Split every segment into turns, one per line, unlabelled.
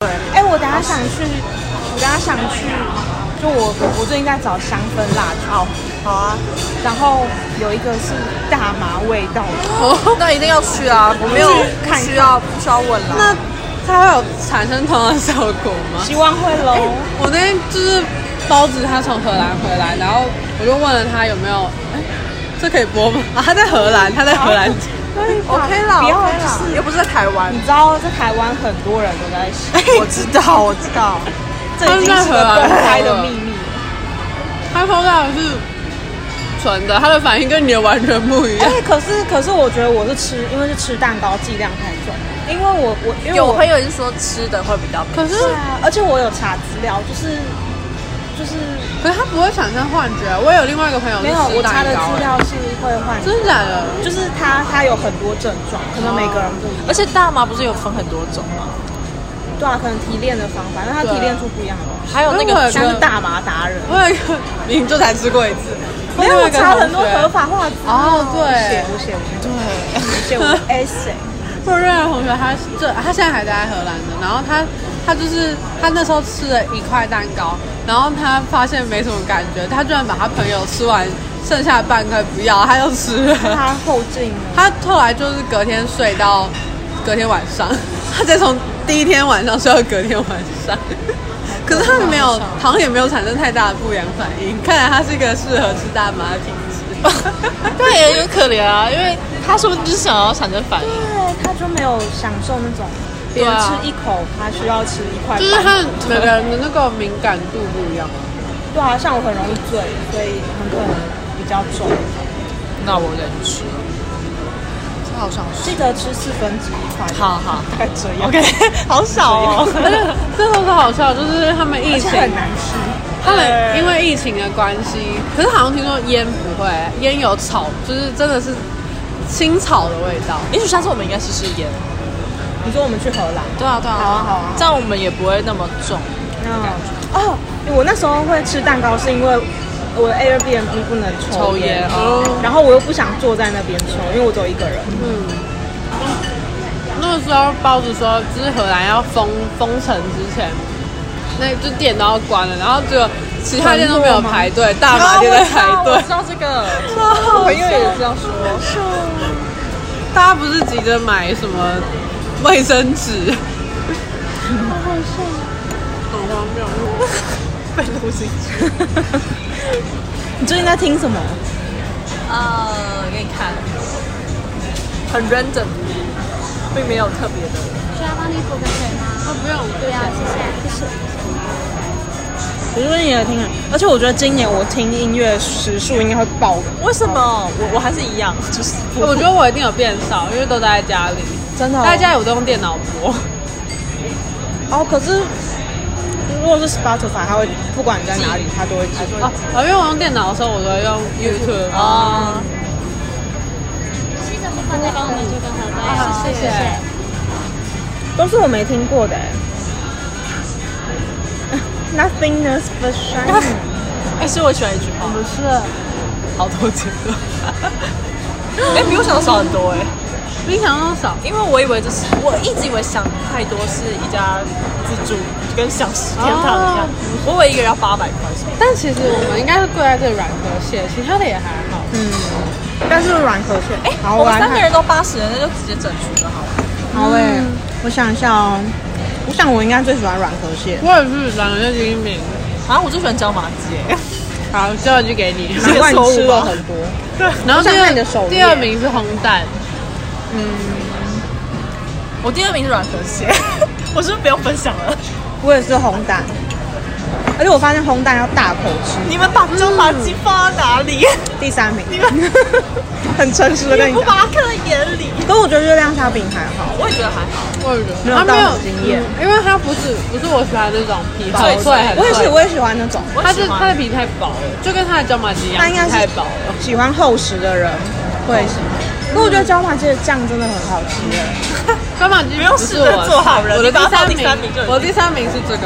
哎想去，我刚刚想去，就我我最近在找香氛蜡烛，
好啊，
然后有一个是大麻味道的，
那一定要去啊！我没有
去看
不
看
需要不需要问啦。
那它会有产生同样的效果吗？
希望会喽。
我那天就是包子，他从荷兰回来，然后我就问了他有没有，哎，这可以播吗？ 啊，他在荷兰，他在荷兰。
哎 OK 啦
啊不要
OK
就
啦
是，
又不是在台湾
你。知道在台湾很多人都在吸，
哎 我知道，我知 道，
这已经是个公开的秘
啊
密。
他抽到的是纯的，他的反应跟你的完全不一样
哎、。可是可是我觉得我是吃，因为是吃蛋糕剂量太重，因为我我 因为
有
我
朋友是说吃的会比较
可是，
对啊，而且我有查资料，就是就是
可是他不会产生幻觉。啊我有另外一个朋友哦是
没有我
吃
查
蛋
的
糕啊
资，料是会换
哎真的假的？
就是他他有很多症状，可能每个人不一样。
而且大麻不是有分很多种吗？
对啊，可能提炼的方法，因为他
哦对啊呃
提炼出不一样的东西。
还有那
因为我
个
有
他是大麻达人，
我有一个，明就才吃过一次。
没有
我有
我
一个
查了很多
同学
合法化资料
哦对
无血无血无血无血无 essay，
我瑞的同学，他这他现在还在荷兰的，然后他他就是他那时候吃了一块蛋糕，然后他发现没什么感觉，他居然把他朋友吃完剩下半块不要，他又吃了。
他后劲呢？
他后来就是隔天睡到隔天晚上，他再从第一天晚上睡到隔天晚上。可是他没有，好像也没有产生太大的不良反应。看来他是一个适合吃大麻的体质。
对，也很可怜啊，因为他说不定就是想要产生反应。
对，他就没有享受那种别
对
人
啊
吃一口，他需要吃一块半。
就是他每个人的那个敏感度 不一样。
对啊，像我很容易醉，所以很可能比较重。
那我忍吃。
好想吃。
记得吃四分之一块，
好好
大概这样。
，OK，好 少
而且
哦。
这都是好笑，就是他们疫
而
情
且，很难吃。
他们因为疫情的关系，可是好像听说烟不会，烟有草，就是真的是青草的味道。
也许下次我们应该试试烟。
你说我们去荷兰，
对啊，对啊
好啊好啊
这样我们也不会那么重。
那哦，我那时候会吃蛋糕是因为我的 Airbnb 不能抽
抽烟哦
然后我又不想坐在那边抽，因为我只有一个人。
嗯，那个时候包子说，就是荷兰要封封城之前，那就店都要关了，然后只有其他店都没有排队，大麻店在排队
我知。道这个，
我
朋友也知道说，
大家不是急着买什么卫生纸？好好笑，好荒谬。
被录进去。你最近在听什么？
呃，给你看，很 random，并没有特别的。
需要帮你补个水吗？
不用，
不要，谢谢。谢谢。
我最近也听，而且我觉得今年我听音乐时数应该会爆
为什么？我我还是一样，就是
我觉得我一定有变少，因为都待在家里，
真的哦、
待在家里我都用电脑播。
哦，可是如果是 Spotify，它会不管你在哪里，它都会记
哦、啊，因为我用电脑的时候，我都会用 YouTube
啊。
谢谢不放在帮我们做个核对哦，
谢谢
都是我没听过的欸。Nothingness but shining。
哎，所以我喜欢一句话，
不是，
好多节 奏。哎，比我想的少很多哎，
比想象中少。
因为我以为这是，我一直以为想太多是一家自助，就跟想食天堂一样
哦。
我以为一个人要八百块钱，
但其实我们应该是贵在这软和蟹，其他的也还好。
嗯，但是软壳蟹，哎、好
我们
玩
三个人都嗯八十人，那就直接整除就好了。
好哎、我想一下哦，我想我应该最喜欢软壳蟹，
我也是软和蟹第一名。
啊，我最喜欢椒麻鸡 哎。
好，最后就给你。
难 怪你吃
收我
了
吧
很多。
然后第
我想看你的
二
手
第二
链
名是烘蛋，
我第二名是软壳蟹， 我是不是不用分享了？
我也是红蛋，而且我发现红蛋要大口吃。
你们把椒麻鸡放在哪 里？
第三名，
你们
很诚实的跟
你
你
不
讲。
把它看在眼里？
可我觉得月亮虾饼还好，
我也觉得还好，
我也觉得
没有
它
到很惊艳
嗯因为它不是不是我喜欢那种皮
脆
薄
脆
很
我也是
脆
我也喜欢那种，
我
它
喜
是它
欢
的皮太薄了，就跟它的椒麻鸡一
它
样，
应该是
皮太薄了。
喜欢厚实的人会喜欢。可我觉得椒麻鸡的酱真的很好吃哎。
嗯
椒麻鸡
不用
不是
试着
我
做好人
我的
你把它
三
放第三名就已经
我的第三名是这个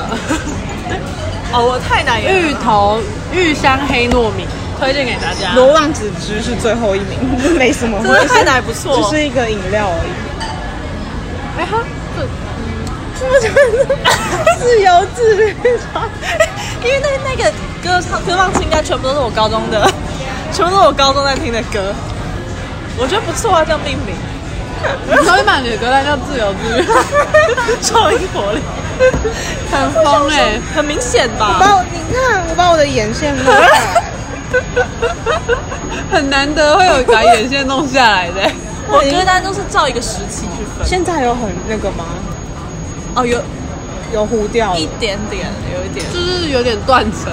哦，我太 难也
芋头芋香黑糯米，推荐给大家。
罗望子汁是最后一名， 没什么，
真的太奶不错，
只是一个饮料而已。
哎哈，这
是不是？ 自由自律吧。
因为那那个歌唱歌唱清单全部都是我高中 的，全部都是我高中在听的歌，我觉得不错啊，这样命 名，
你可以把你的歌单叫自由自律，
创意活力
很疯哎、欸。
很明显吧？
把我，你看，我把我的眼线弄下来，
很难得会有把眼线弄下来的、哎
我歌单都是照一个时期去分，
现在有很那个吗？
哦，有
有糊掉
一点点，有一点，
就是有点断层，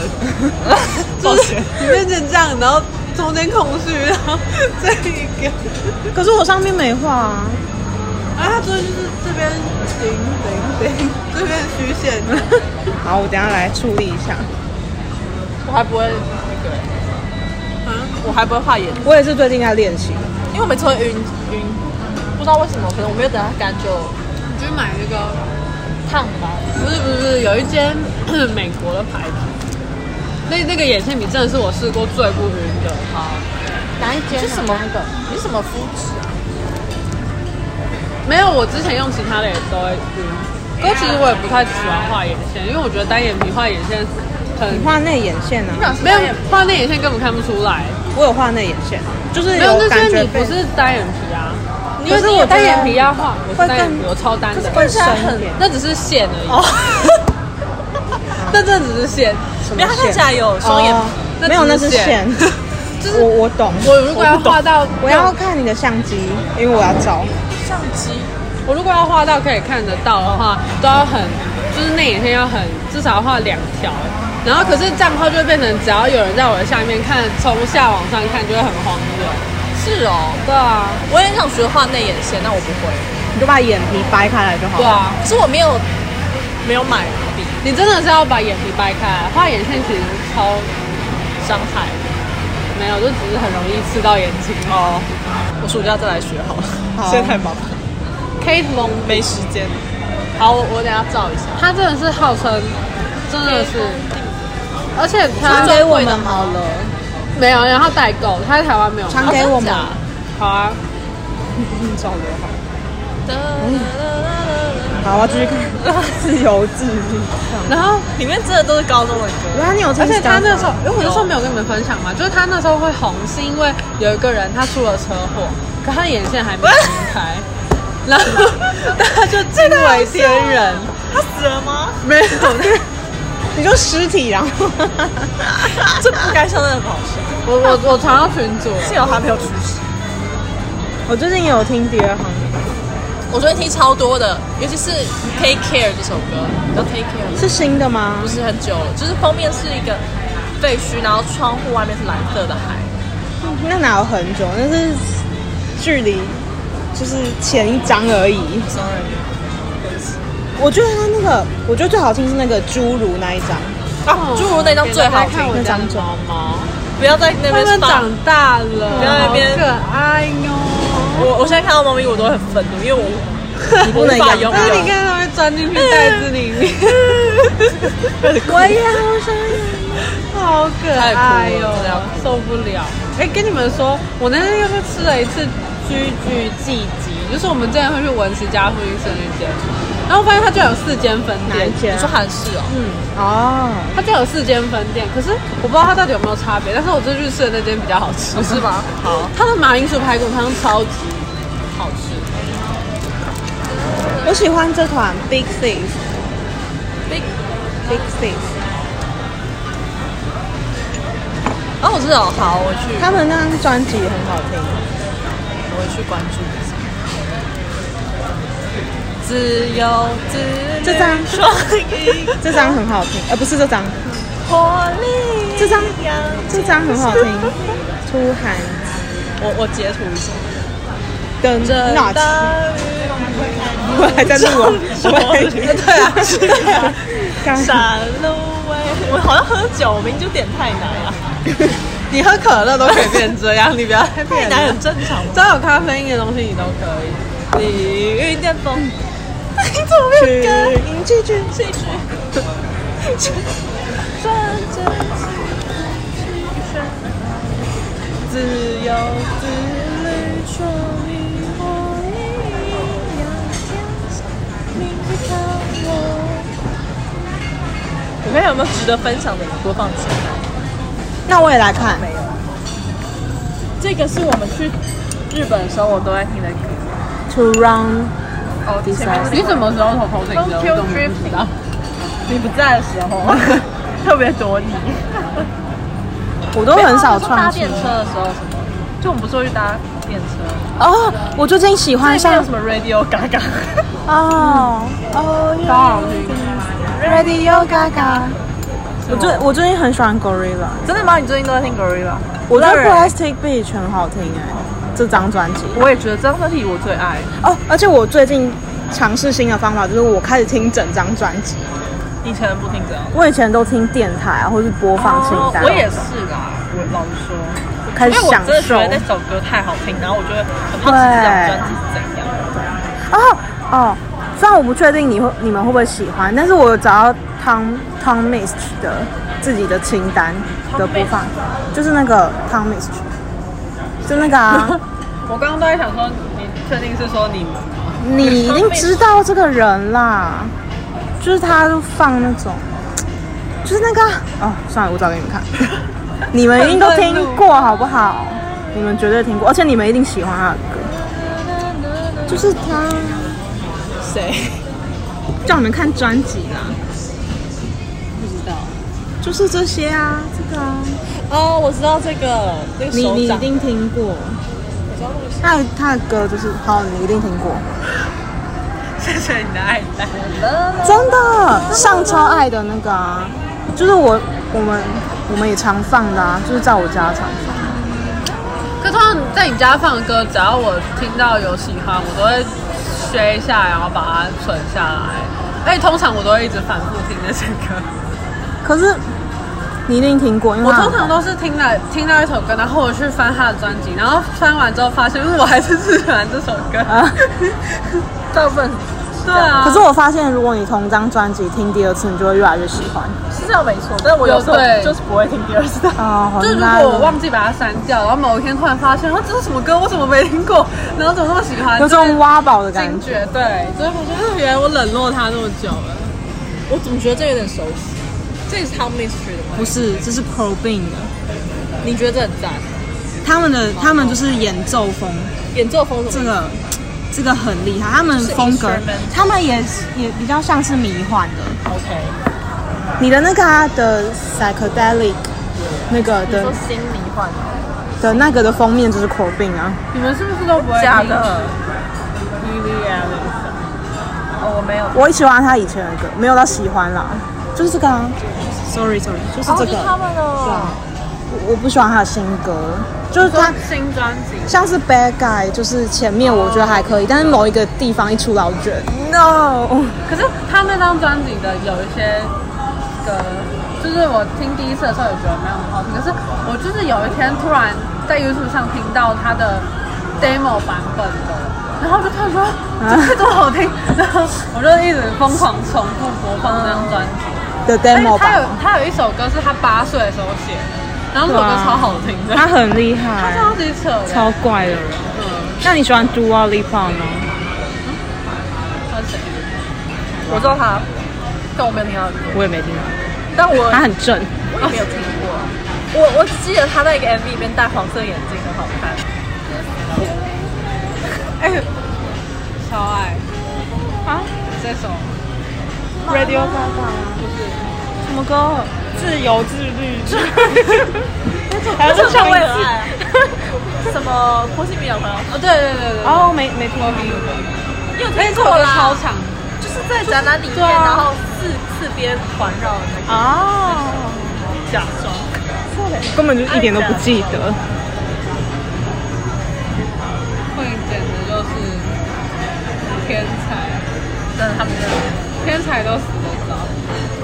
抱
就是
歉。
你变成这样，然后中间空虚，然后这一个，
可是我上面没画啊。
啊，它中间就是这边顶顶顶，这边虚 线，
好，我等一下来处理一下。
我还不会那个，嗯，我还不会画眼，
我也是最近在练习，
因为我每次会晕晕，不知道为什么，可能我没有等它干就
你去买那个。
烫吧。
不是不是不是，有一间 美国的牌子，那那个眼线笔真的是我试过最不晕的。好，
哪一间？
是什么
哪一个？
你什么肤质啊？
没有，我之前用其他的也都会晕，可是其实我也不太喜欢画眼线，因为我觉得单眼皮画眼线很
你画内眼线啊？
没有画内眼线根本看不出来。
我有画内眼线，就是
没有，那
感
是
觉
你不
被
是单眼皮啊，因
可
为
是
你
我
有
觉得
单眼皮要画，我
会
是单眼皮，
更
我超单的，
会深一点。
那只是线而已。
哦，
那这只是线，
什
没有，
么
它
线
看起来有双眼皮。
哦没有，那是线。
就是
我我懂，
我如果要画到，
我要看你的相机，因为我要照。
相机，
我如果要画到可以看得到的话，都要很，就是内眼线要很，至少要画两条。然后可是这样的话就会变成，只要有人在我的下面看，从下往上看就会很荒谬。
是哦，
对啊，
我也很想学画内眼线，但我不会。
你就把眼皮掰开来就好
对
了。
啊，
可是我没有没有买笔
你真的是要把眼皮掰开来，画眼线其实超
伤害。
没有，就只是很容易刺到眼睛。
哦，我暑假再来学好了，
好
现在太忙了，
Kate Long，
没时间。好，我我等下照一下。
她真的是号称，真的是，而且她
传给我们好了，
没有，然后代购，她在台湾没有卖。
传给我们
哦真的假的
好 啊，
嗯，照留好。好，我要继续看自由自律。
然后
里面真的都是高中的歌，
原来你有
而
听 Stan 吗，
且他那时候，因为我那时候没有跟你们分享嘛，就是他那时候会红，是因为有一个人他出了车祸，可他眼线还没睁开，然后他就惊为天人，
哦他死了吗？
没有，
你就尸体，然后
这不该上那个搞笑，
我我我传到群主
幸
了，
好他没有出事。
我最近也有听第二行，
我昨天听超多的，尤其是 Take Care 这首歌，叫 Take Care，
是新的吗
不？是很久了，就是封面是一个废墟，然后窗户外面是蓝色的海。
那哪有很久？那是距离就是前一章而已。
Sorry，
我觉得他那个，我觉得最好听是那个侏儒那一张，
啊，侏儒那张最
给大
好
家看
听，
我家的猫猫，
不要在那
它
边
们
放
长。大了，
不要在那边
好可爱哦哟。
我我现在看到猫咪，我都会很愤怒，因为我
你不能
无法
养
拥
那你
有。
看它会钻进去袋子里面，
我也好想养。
好可爱哟、
太酷了真的要
受不了！哎、跟你们说，我那天又去吃了一次居居季集，就是我们之前会去文石家附近吃的那间，然后发现它居然有四间分
哪
店
一，间
你说韩式哦，
嗯，哦，
它居然有四间分店，可是我不知道它到底有没有差别，但是我这去吃的那间比较好吃，
是 吗？好
它的马铃薯排骨汤超级
好吃。
我喜欢这团 Big Thief，Big
Big，
Thief，
哦，真的哦好，我去，
他们那张专辑很好听。
我会去关注一下。自由自律
这张
双翼
这张很好听，呃，不是这张，
活力。
这张这张很 好听。出汗
我我截图一下。
的
正
Not，
当
我还在录哦，
中
我还
对啊
对啊， 刚
山路为我好像喝酒，我明明就点太奶啊，
你喝可乐都可以变这样，你不要 太
太奶很正常。
只要有咖啡因的东西你都可以。
你遇见 风，你怎么没有跟？
迎进去，
继续，转着自由自律，说你我一样，天上你看我，有没有值得分享的播放清单？
那我也来看。
没有。这个是我们去日本的时候我都在听的歌。
To Run，
哦，前面
你什么时候头头顶着？我
Tokyo
都不知道。
你不在的时候，特别多你。
我都很少
搭
创
电
新。
车的时候什么，就我们不是会去搭电车，
哦，我最近喜欢
像
上
有什么 Radio Gaga，
哦
嗯
哦
Oh
刚好听。
，Radio Gaga。我最我最近很喜欢 Gorilla，
真的吗？你最近都在听 Gorilla？
我觉得
个人
Plastic Beach 很好听哎、这张专辑
我也觉得张专辑我最爱，
哦，而且我最近尝试新的方法，就是我开始听整张专辑。
以前不听这样。
我以前都听电台啊，或是播放清单，
哦我也是啦，我老实说，
开
因
始
为我
享
真的觉
受。
得那首歌太好听，然后我就会很好奇这张专辑是怎样。
哦哦，虽然我不确定你会你们会不会喜欢，但是我有找到 Tom Tom Mist 的自己的清单的播放，就是那个 Tom Mist，就那个啊，
我刚刚都在想说，你确定是说你
你一定知道这个人啦，就是他就放那种，就是那个啊哦，算了，我找给你们看，你们一定都听过好不好？你们绝对听过，而且你们一定喜欢他的歌，就是他。
谁？
叫你们看专辑啦。不知道，就是这些啊，这个啊，
哦，我知道这个，那个
你
手
你一
掌。
定听过。他的他的歌就是好，你一定听过，
谢谢你的爱戴。
真的上超爱的那个啊，就是我我们我们也常放的啊，就是在我家常放。
可通常在你家放的歌，只要我听到有喜欢，我都会学一下，然后把它存下来。而且通常我都会一直反复听那些歌。
啊
可是你一定听过，因为
我
它
通常都是听了听到一首歌，然后我去翻他的专辑，然后翻完之后发现，嗯，我还是最喜欢这首歌。
啊
大部分
对啊，
可是我发现，如果你同张专辑听第二次，你就会越来越喜欢。
是这样没错，但我有时候
对
就是不会听第二次的。
哦，好
就是如
难
果我
哦
忘记
啊
把它删掉，然后某一天突然发现，啊，这是什么歌？我怎么没听过？然后怎么那么喜欢？
有
就
种
是
挖宝的感觉
惊。觉，对，所以我觉得，啊原来我冷落他那么久了。
我怎么觉得这有点熟悉？这也是 Tom Mystery 的吗？
不是，这是 Pro b i n 的，
你觉得这很赞？
他们的他们就是演奏风，
演奏风怎
这
么？
个这个很厉害，他们
是
风格
instrument，
他们也是也比较像是迷幻的。
OK，
你的那个、啊、的 psychedelic 那个
你
的
说心迷幻，
的那个的封面就是 Corbin 啊，
你们是不是都不会听？
假的。Billie Eilish 哦，我没有，
我喜欢他以前的歌，没有到喜欢啦，就是这个啊。Sorry Sorry，就是这
哦
个啊
是。他们哦。
我我不喜欢他的新歌，就是他
新专辑。
像是 Bad Guy，就是前面我觉得还可以，但是某一个地方一出来，我就觉得 No。
可是他那张专辑的有一些歌，就是我听第一次的时候也觉得没有很好听，可是我就是有一天突然在 YouTube 上听到他的 demo 版本的，然后就突然说怎
啊
么会这么好听，然后我就一直疯狂重复播放那张专辑。
的
而
哎
且
demo
他有
版，
他有一首歌是他八岁的时候写的，然后那首歌超好听的，
很厉
他
害
啊超级扯的。
怪的人。
嗯，
那你喜欢 Dua Lipa 吗？
他是谁？
我知道他，但我没有听到他的歌，
我也没听过，
但我
啊
她很正。
我也没有听过。我我只记得他在一个 MV 里面戴黄色眼镜，很好看。
哎，超爱啊！这首
Radio Gaga
什么歌？
自由自律， 还要再唱一次。什么波西米亚狂
哦，对对对对，
哦，没没听过。
想？你有
哎，
听
这首
过
歌
啦？
超长，
就是在展览里面，
对啊
然后四四边环绕的那个
哦，
假装。
根本就一点都不记得。
会简直就是天才，
但是他们真的，
天才都死得早。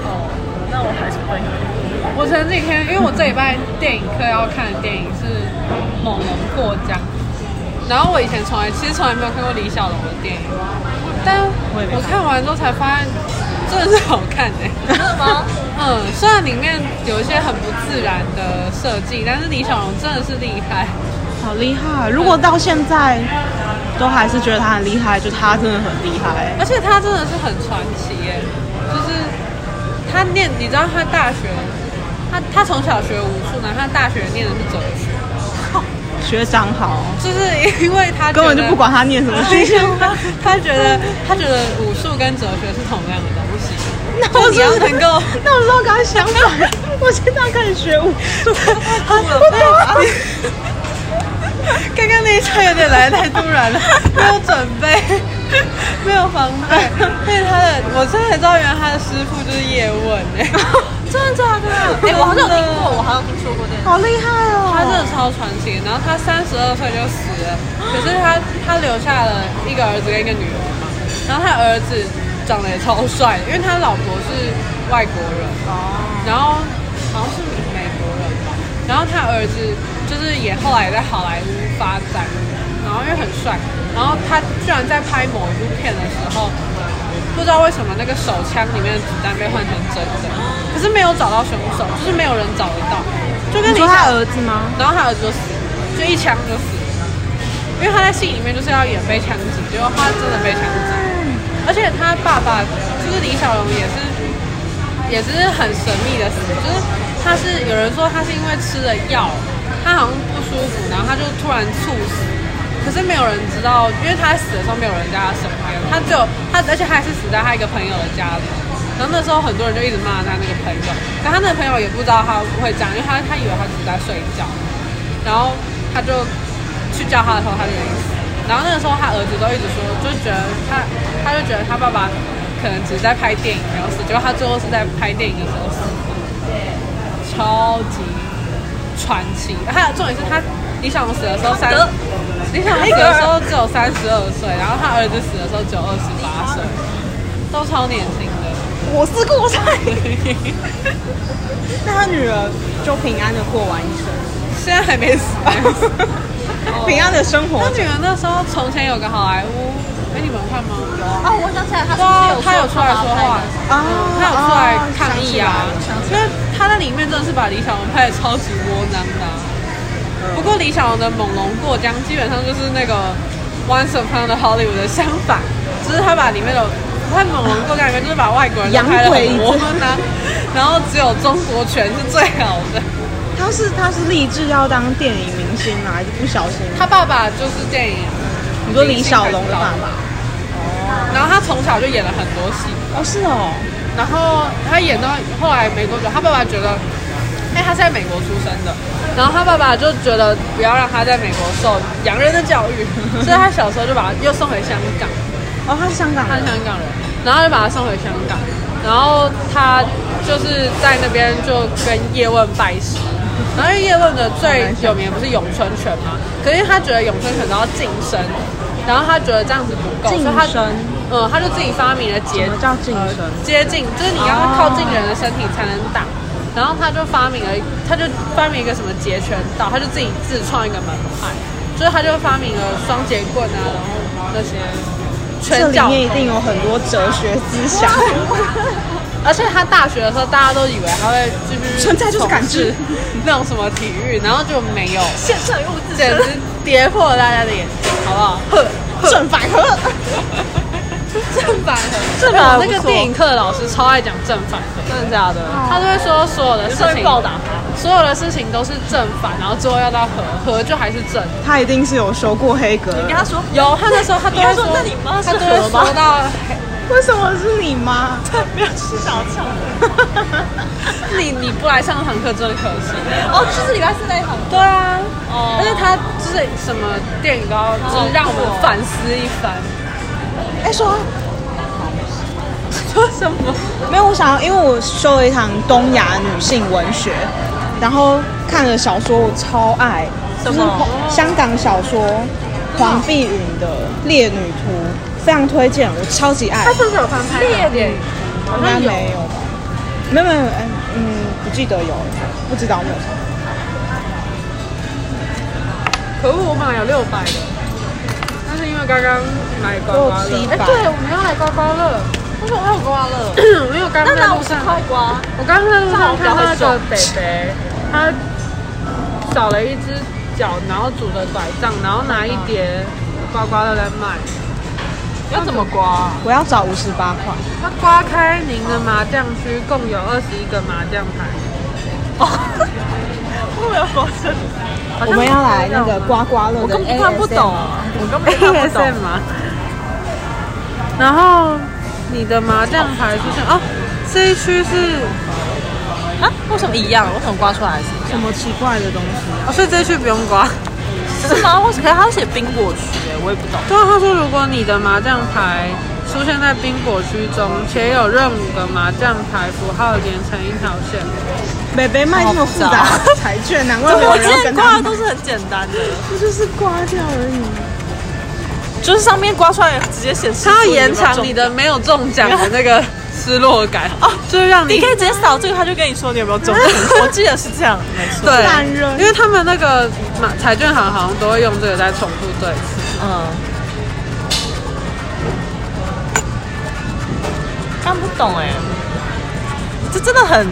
哦，那我还是会。
我前几天，因为我这礼拜电影课要看的电影是《猛龙过江》，然后我以前从来其实从来没有看过李小龙的电影，但我看完之后才发现真的是好看哎、
真的吗？
嗯，虽然里面有一些很不自然的设计，但是李小龙真的是厉害。
好厉害！如果到现在都还是觉得他很厉 害，就他真的很厉害。
而且他真的是很传奇耶，就是他他念，你知道他大学，他他从小学武术呢，他大学念的是哲学，
学长好，
就是因为他
根
觉得
本就不管他念什么学校，
他觉得他觉得武术跟哲学是同样的东西，
那
就
我
你要能够，
那我知道刚刚想法，我现在开始学武 术，
我刚刚那一下有点来得太突然了，没有准备， 没有防备，所以他的我真的知道，原来他的师傅就是叶问哎、 真的假的？
哎、我好像有听过，我好像有听说过这个。
好厉害哦！
他真的超传奇。然后他三十二岁就死了，可是他他留下了一个儿子跟一个女儿嘛。然后他儿子长得也超帅的，因为他老婆是外国人，然后好像是美国人吧。然后他儿子就是也后来也在好莱坞发展，然后因为很帅，然后他居然在拍某一部片的时候。不知道为什么那个手枪里面的子弹被换成真的，可是没有找到凶手，就是没有人找得到，就跟
你
你
说
想
他儿子吗？
然后他儿子就死了，就一枪就死了，因为他在戏里面就是要演被枪击，结果他真的被枪击，而且他爸爸就是李小龙也是也是很神秘的死，就是他是有人说他是因为吃了药，他好像不舒服，然后他就突然猝死。可是没有人知道，因为他死的时候没有人家身边，他只有他，而且他还是死在他一个朋友的家里。然后那时候很多人就一直骂他那个朋友，可他那个朋友也不知道他会这样，因为他他以为他只是在睡觉，然后他就去叫他的时候，他就已经死了。然后那个时候他儿子都一直说，就觉得他他就觉得他爸爸可能只是在拍电影没有死，结果他最后是在拍电影的时候死的，超级传奇。还有重点是他李小龙死的时候三，李小龙死的时候只有三十二岁，然后他儿子死的时候只有二十八岁，都超年轻的。
我是过菜。那他女儿就平安的过完一生，
现在还没死，还没死
平安的生活
他。女儿那时候从前有个好莱坞，哎，你们有看吗？有啊。
哦，我想起来，他
对啊，他有出来说话，
啊
哦他有出来抗
哦
议啊，因为他在里面真的是把李小龙拍的超级窝囊的啊、不过李小龙的猛龙过江基本上就是那个 Once Upon a Hollywood 的相反，只是他把里面的他猛龙过江里面就是把外国人都拍的很窝囊，啊然后只有中国拳是最好的。
他是他是立志要当电影明星嘛，还是不小心？
他爸爸就是电影，
你说李小龙的爸爸？
然后他从小就演了很多戏，
哦，是哦，
然后他演到后来没多久，他爸爸觉得，哎，他是在美国出生的，然后他爸爸就觉得不要让他在美国受洋人的教育，所以他小时候就把他又送回香港，
哦，他是香港
他
人
是。香港人，然后就把他送回香港，然后他就是在那边就跟叶问拜师。然后因为叶问的最有名的不是咏春拳吗？可是他觉得咏春拳都要近身，然后他觉得这样子不够，所以他
近身
嗯，他就自己发明了截
什么叫近身
呃接近就是你要靠近人的身体才能打。然后他就发明了，他就发明一个什么截拳道，他就自己自创一个门派，就是他就发明了双截棍啊，然后那些
这
拳
里
脚
面一定有很多哲学思 想，
而且他大学的时候，大家都以为他会继续
存在就是感知
从事那种什么体育，然后就没有，
现场用自
简直跌破大家的眼睛，好不好？ 呵，
正反合。
正反合，哎
正反
啊
合
那个
不错
电影课的老师超爱讲正反合，
真的假的？
哦
他就会说所有的事
就是
情
会暴打
所有的事情都是正反，然后最后要到合，合就还是正。
他一定是有修过黑格
你
尔
跟。他说，
有他那时候他都会
你要说那你妈是
他都会
合吧
说到
为什么是你妈？
不要吃小强。
你你不来上堂课真可惜。
哦，就是礼拜四那一场。
对啊，
哦
而且他就是什么电影都要，就是让我们反思一番。
哎，说啊
说什么？
没有，我想要，因为我修了一堂东亚女性文学，然后看了小说，我超爱，就是香港小说黄碧云的《烈女图》，非常推荐，我超级爱。
是不是有翻 拍的电影？
应该没有吧？没有没有，嗯嗯，不记得有，不知道没有。
可恶，我本来有六百的，但是因为刚刚买刮刮乐
我有七，百
哎，对，我没有买刮刮乐，
为什么还有瓜 了？
因为我刚刚
那
在
拿
路
五十
上，
块瓜，
我刚刚在路上看到那
这
个
样我比
北北，他少了一只脚，然后拄着拐杖，然后拿一叠刮刮乐在卖，
要怎么刮、啊？
我要找五十八块。
它刮开您的麻将区共有二十一个麻将牌，
我有保证，
好像
我们要来那个刮刮乐
我
的 ASMR，
根本看不懂，我根本 看不
ASM
懂。
嘛。 然后你的麻将牌出现哦，这一区是
啊？为什么一样？为什么刮出来是
什么奇怪的东西？
哦，所以这一区不用刮。
是吗？为什么？可是他要写冰果区，哎，我也不懂。
对啊，他说如果你的麻将牌出现在冰果区中，且有任何个麻将牌符号连成一条 线，
北北卖这么复杂
好
的 彩券，难怪没有
我
人要
之
跟
前
他
刮
买
的都是很简单的，
这就是刮掉而已。
就是上面刮出来直接显示。
它要延长你，的没有中奖的那个失落感 哦，就是让
你
你
可以直接扫这个，他就跟你说你有没有 中奖。我记得是这样，没错。
懒
对，
人
因为他们那个买彩券行好像都会用这个再重复对一次。
嗯。看不懂哎、这真的很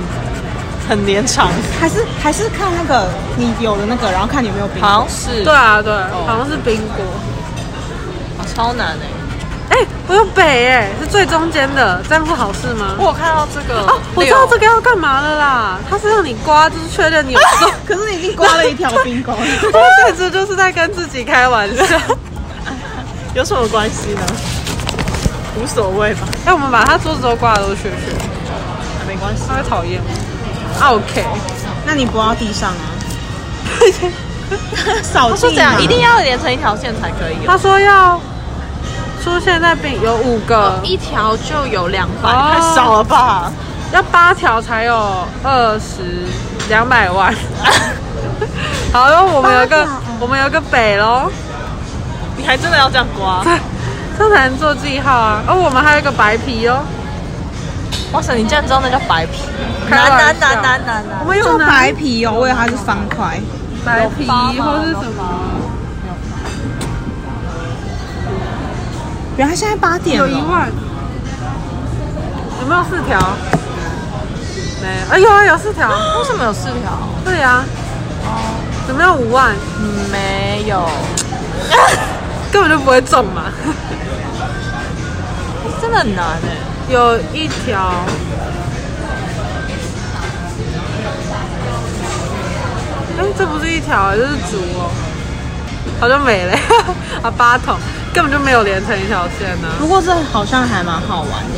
很绵长，
还是还是看那个你有的那个，然后看你有没有冰。
好像是
对啊，对，好像是冰果。
超难哎、
哎、我有北哎、是最中间的，这样是好事吗？
我有看到这个
哦，我知道这个要干嘛了啦，它是让你刮，就是确认你有中。
可是你已经刮了一条冰狗了，
对，这就是在跟自己开玩笑。
有什么关系呢？无所谓吧，
哎，我们把他桌子都刮的都学学，
没关系。
他会讨厌。OK，啊
那你不要地上 啊？扫
他
地
说
嘛
这样一定要连成一条线才可以、哦
他说要出现在饼有五个，
一条就有两百，
哦
太少了吧？
要八条才有二十两百万。好，然后我们有一
八
个
条哦
我们有一个北喽，
你还真的要这样刮？
这才能做记号啊。哦，我们还有一个白皮哦，
哇塞，你竟然知道那叫白皮？
开玩笑
难啊难
我！们有
就
拿
白皮哦，我以为它是方块。
白皮或是什么，
原来现在八点
有一
了，
万，有没有四条？没有，哎有啊有四条。
为什么有四条？
对啊呀、怎么样五万？
没有，
根本就不会中嘛。
真的很难哎、
有一条，哎、这不是一条，这是竹哦，好像没了 啊，八筒根本就没有连成一条线呢、
不过这好像还蛮好玩的。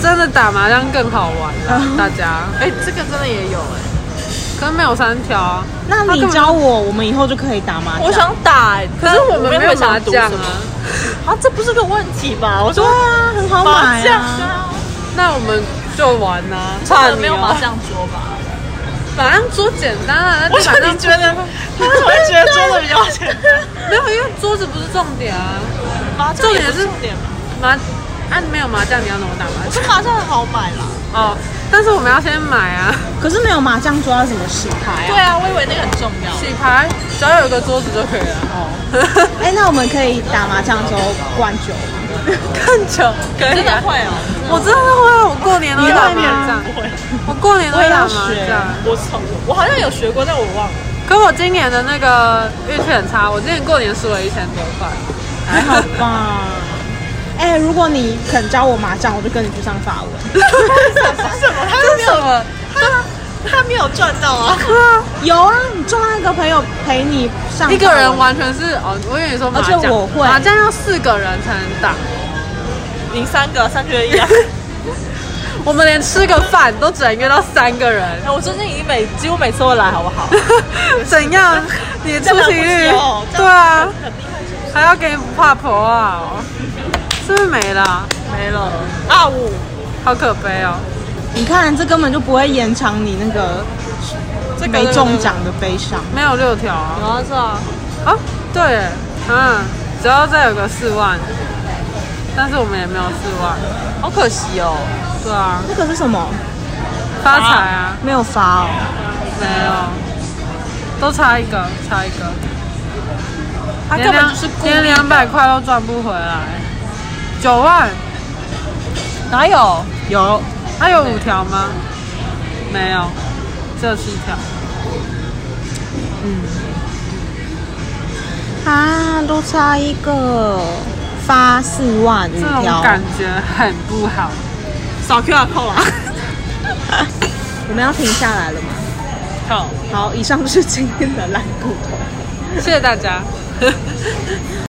真的打麻将更好玩了，大家。
哎、这个真的也有哎、
可是没有三条啊，
那你教我，我们以后就可以打麻将。
我想打哎、
可是我们没有麻将
想赌什么
啊。
啊，这不是个问题吧？我
对
说
啊，很好
麻
买
将
啊。
啊，
那我们就玩呐、啊，
可
怕
能
你
没有
哦
麻，将桌吧？
麻将桌简单 啊，那
我
就
想
把
你
那
觉得， 我怎么会觉得桌子比较简单？
没有，因为桌子不是重点啊。
麻将也不重点吧？
麻啊，没有麻将，你要怎么打麻
这
将？
麻将很好买啦。
哦，但是我们要先买啊，
可是没有麻将桌要怎么洗牌啊？
对啊，我以为那个很重要。
洗牌只要有一个桌子就可以了。 哦，
哎，那我们可以打麻将桌灌酒。
更久可
真
以
的
啊。
会哦，
我真的会啊，我过年都会打麻将，
会。
我过年都会打麻
我也要
将。
我从我好像有学过，但我忘了。
可我今年的那个运气很差，我今年过年输了一千多块，
还好 吧。 哎、如果你肯教我麻将，我就跟你去上法文。
什么？他又没有他他没有赚到啊！
有啊，你抓一个朋友陪你上法文
一个人，完全是哦，我跟你说麻将，
而且我会
麻将要四个人才能打，
赢三个，三缺一啊！
我们连吃个饭都只能约到三个 人，
哎我最近已经每几乎每次都会来，好不好？
怎样？你的出勤率
这样很不错？
对啊，还要给你画婆啊、是不是没了啊？
没了啊！我
好可悲哦！
你看这根本就不会延长你那个
这个
没中
啊
奖的悲伤。
没有六条啊！
然后是啊，
啊，对耶，嗯，只要再有个四万，但是我们也没有四万，
好可惜哦。
对啊，
那个是什么？
发财啊，
没有发哦。
没有，都差一个，差一个，
他根
连
本
两
就是故意
连两百块都赚不回来，九万，
哪有？
有，还有五条吗？没有，只有七条。
啊，都差一个。发四万五
这种
条，
感觉很不好。
扫 QR code 啦。
啊
我们要停下来了吗？
好，
好，以上就是今天的烂骨头。
谢谢大家。